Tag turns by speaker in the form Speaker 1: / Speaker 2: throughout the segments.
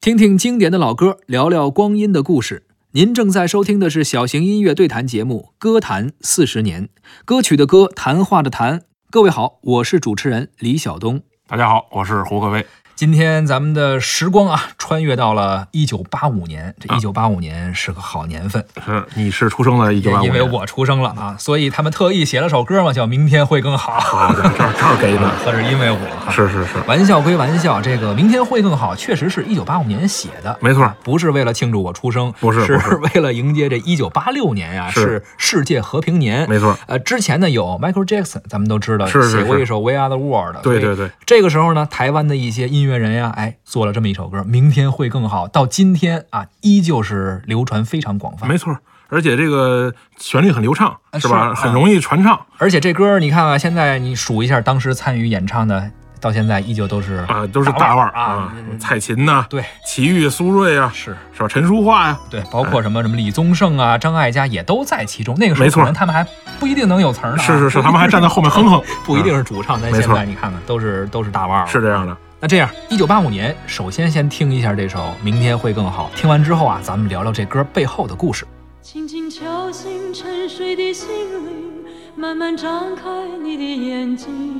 Speaker 1: 听听经典的老歌，聊聊光阴的故事。您正在收听的是小型音乐对谈节目《歌坛四十年》，歌曲的歌，谈话的谈。各位好，我是主持人李晓东。
Speaker 2: 大家好，我是胡可威。
Speaker 1: 今天咱们的时光啊，穿越到了一九八五年。这一九八五年是个好年份，
Speaker 2: 是，你是出生在一九
Speaker 1: 也
Speaker 2: 八五
Speaker 1: 因
Speaker 2: 年，
Speaker 1: 为我出生了啊，所以他们特意写了首歌嘛，叫《明天会更好》。
Speaker 2: 啊，对这儿这儿给的，
Speaker 1: 可是因为我啊，
Speaker 2: 是是是，
Speaker 1: 玩笑归玩笑，这个《明天会更好》确实是一九八五年写的，
Speaker 2: 没错儿，
Speaker 1: 不是为了庆祝我出生，
Speaker 2: 不是
Speaker 1: 是
Speaker 2: 不是
Speaker 1: 为了迎接这一九八六年呀、
Speaker 2: 是
Speaker 1: 是世界和平年。
Speaker 2: 没错儿，
Speaker 1: 呃，之前呢有 Michael Jackson，咱们都知道
Speaker 2: 是是
Speaker 1: 写过
Speaker 2: 是
Speaker 1: 一首《We Are the World》。
Speaker 2: 对
Speaker 1: 所以
Speaker 2: 对对
Speaker 1: 这个时候呢，台湾的一些音乐人呀，哎，做了这么一首歌，《明天会更好》，到今天啊，依旧是流传非常广泛。
Speaker 2: 没错儿，而且这个旋律很流畅，
Speaker 1: 啊是
Speaker 2: 是吧？
Speaker 1: 啊
Speaker 2: 很容易传唱
Speaker 1: 而且这歌你看啊，现在你数一下当时参与演唱的，到现在依旧都是
Speaker 2: 啊，都是大腕儿
Speaker 1: 啊
Speaker 2: 啊，蔡琴呐，
Speaker 1: 对，
Speaker 2: 齐豫、苏芮啊，
Speaker 1: 是。
Speaker 2: 是吧？陈淑桦呀，
Speaker 1: 对，包括什么什么李宗盛啊、张艾嘉也都在其中。那个时候
Speaker 2: 没错
Speaker 1: 可能他们还不一定能有词儿呢啊，
Speaker 2: 是是是，他们还站在后面哼哼，
Speaker 1: 不一定是主唱，但
Speaker 2: 没
Speaker 1: 现
Speaker 2: 错
Speaker 1: 在你看看都是都是大腕儿。
Speaker 2: 是这样。的。
Speaker 1: 那这样，一九八五年，首先先听一下这首《明天会更好》，听完之后啊，咱们聊聊这歌背后的故事。
Speaker 3: 轻轻敲醒沉睡的心灵，慢慢张开你的眼睛。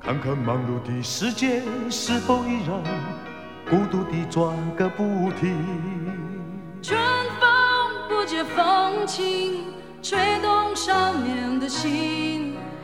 Speaker 4: 看看忙碌的世界是否依然孤独地转个不停。
Speaker 3: 春风不解风情，吹动少年的心，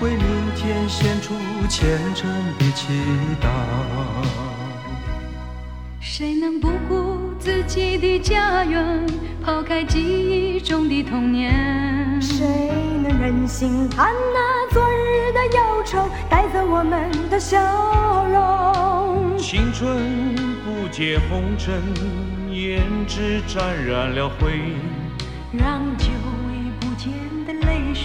Speaker 4: 为明天献出虔诚的祈祷。
Speaker 3: 谁能不顾自己的家园，抛开记忆中的童年？
Speaker 5: 谁能忍心看那昨日的忧愁带走我们的笑容？
Speaker 6: 青春不解红尘，胭脂沾染了灰。
Speaker 3: 让久已不见的泪水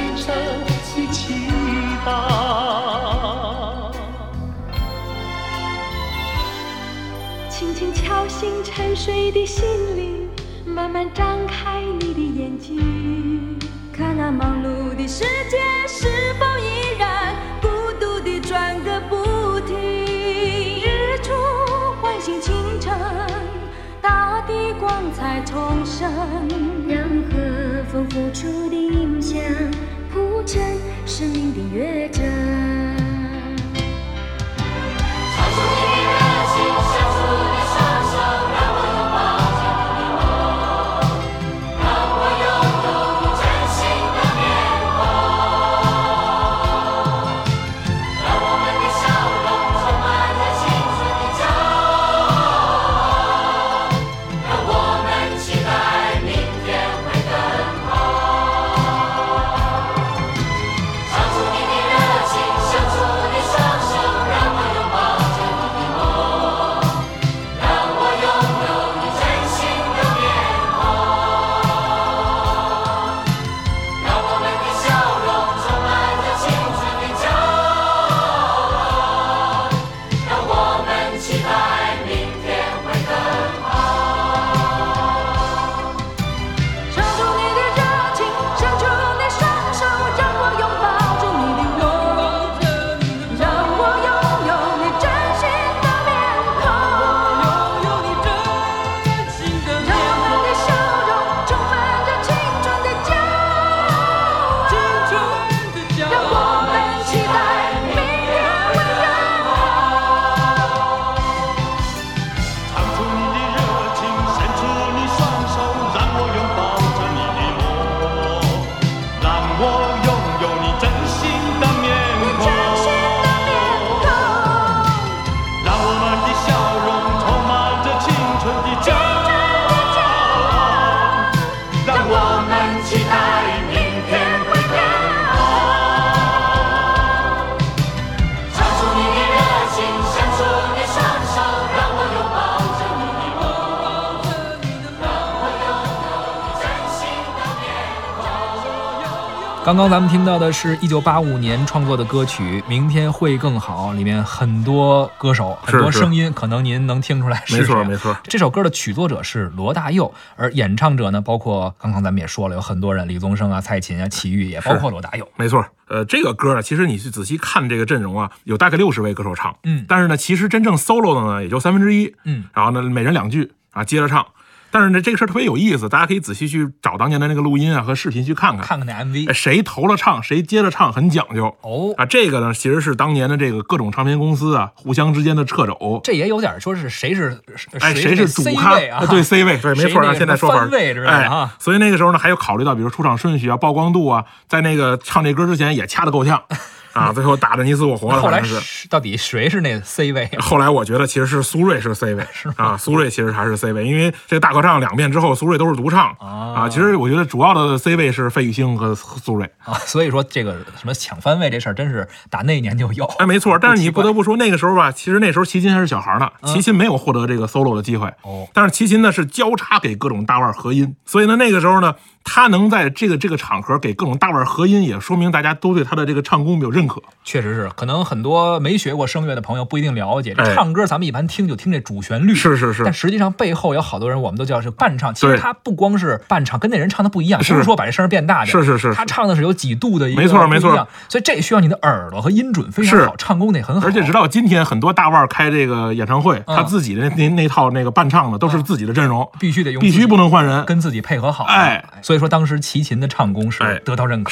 Speaker 7: 诚的祈祷。
Speaker 3: 轻轻敲醒沉睡的心灵，慢慢张开你的眼睛，看那忙碌的世界是否依然孤独地转个不停。日出唤醒清晨，大地光彩重生，让和风拂出的音响谱成生命的乐章。
Speaker 7: 让我们期待明天会更好。
Speaker 1: 刚刚咱们听到的是一九八五年创作的歌曲《明天会更好》，里面很多歌手、
Speaker 2: 是
Speaker 1: 很多
Speaker 2: 是
Speaker 1: 声音，可能您能听出来是
Speaker 2: 没错
Speaker 1: 谁
Speaker 2: 没错，
Speaker 1: 这首歌的曲作者是罗大佑，而演唱者呢，包括刚刚咱们也说了，有很多人，李宗盛啊、蔡琴啊、齐豫，也包括罗大佑。
Speaker 2: 没错。呃，这个歌啊，其实你去仔细看这个阵容啊，有大概六十位歌手唱，
Speaker 1: 嗯
Speaker 2: 但是呢，其实真正 solo 的呢也就三分之一，
Speaker 1: 嗯，
Speaker 2: 然后呢，每人两句啊，接着唱。但是呢，这个事儿特别有意思，大家可以仔细去找当年的那个录音啊和视频去看看，
Speaker 1: 看看那 MV
Speaker 2: 哎谁头了唱，谁接着唱，很讲究。
Speaker 1: 哦，
Speaker 2: 啊，这个呢，其实是当年的这个各种唱片公司啊，互相之间的掣肘。
Speaker 1: 这也有点说是谁是
Speaker 2: 哎，
Speaker 1: 谁
Speaker 2: 谁是主咖？
Speaker 1: 位啊？
Speaker 2: 哎 对 C 位，对，没
Speaker 1: 谁
Speaker 2: 错
Speaker 1: 那
Speaker 2: 啊。
Speaker 1: 个
Speaker 2: 现在
Speaker 1: 什
Speaker 2: 说
Speaker 1: 么
Speaker 2: 法
Speaker 1: 番
Speaker 2: 儿，
Speaker 1: 位之类的
Speaker 2: 哎
Speaker 1: 啊，
Speaker 2: 所以那个时候呢，还有考虑到，比如出场顺序啊、曝光度啊，在那个唱这歌之前也掐得 够呛啊，最后打得你死我活的，
Speaker 1: 后
Speaker 2: 反
Speaker 1: 来
Speaker 2: 正是。
Speaker 1: 到底谁是那 C 位啊？
Speaker 2: 后来我觉得其实是苏芮是 C 位，啊，苏芮其实还是 C 位，因为这个大合唱两遍之后，苏芮都是独唱
Speaker 1: 啊
Speaker 2: 啊。其实我觉得主要的 C 位是费玉清和苏芮，
Speaker 1: 啊， 所以说这个什么抢番位这事儿，真是打那一年就有。
Speaker 2: 哎，没错，但是你
Speaker 1: 奇
Speaker 2: 不
Speaker 1: 怪
Speaker 2: 得不说，那个时候吧，其实那时候齐秦还是小孩呢，齐秦没有获得这个 solo 的机会。
Speaker 1: 嗯哦
Speaker 2: 但是齐秦呢是交叉给各种大腕儿合音，所以呢那个时候呢，他能在这个这个场合给各种大腕儿合音，也说明大家都对他的这个唱功有认可。
Speaker 1: 确实是，可能很多没学过声乐的朋友不一定了解。这
Speaker 2: 哎
Speaker 1: 唱歌咱们一般听就听这主旋律，
Speaker 2: 是是是
Speaker 1: 但实际上背后有好多人，我们都叫是伴唱。其实
Speaker 2: 对
Speaker 1: 他不光是伴唱，跟那人唱的不一样，
Speaker 2: 是
Speaker 1: 不是说把这声儿变大点，
Speaker 2: 是是是
Speaker 1: 他唱的是有几度的一个
Speaker 2: 没错没
Speaker 1: 不一
Speaker 2: 错
Speaker 1: 样所以这需要你的耳朵和音准非常
Speaker 2: 是
Speaker 1: 好，唱功得很好。嗯
Speaker 2: 而且直到今天，很多大腕儿开这个演唱会，他自己的那那那套那个伴唱的都是自己的阵容，
Speaker 1: 必须得用
Speaker 2: 必
Speaker 1: 自
Speaker 2: 须
Speaker 1: 己
Speaker 2: 不能换人。
Speaker 1: 跟自己配合好，
Speaker 2: 哎，
Speaker 1: 所以说当时齐秦的唱功是
Speaker 2: 哎
Speaker 1: 得到认可。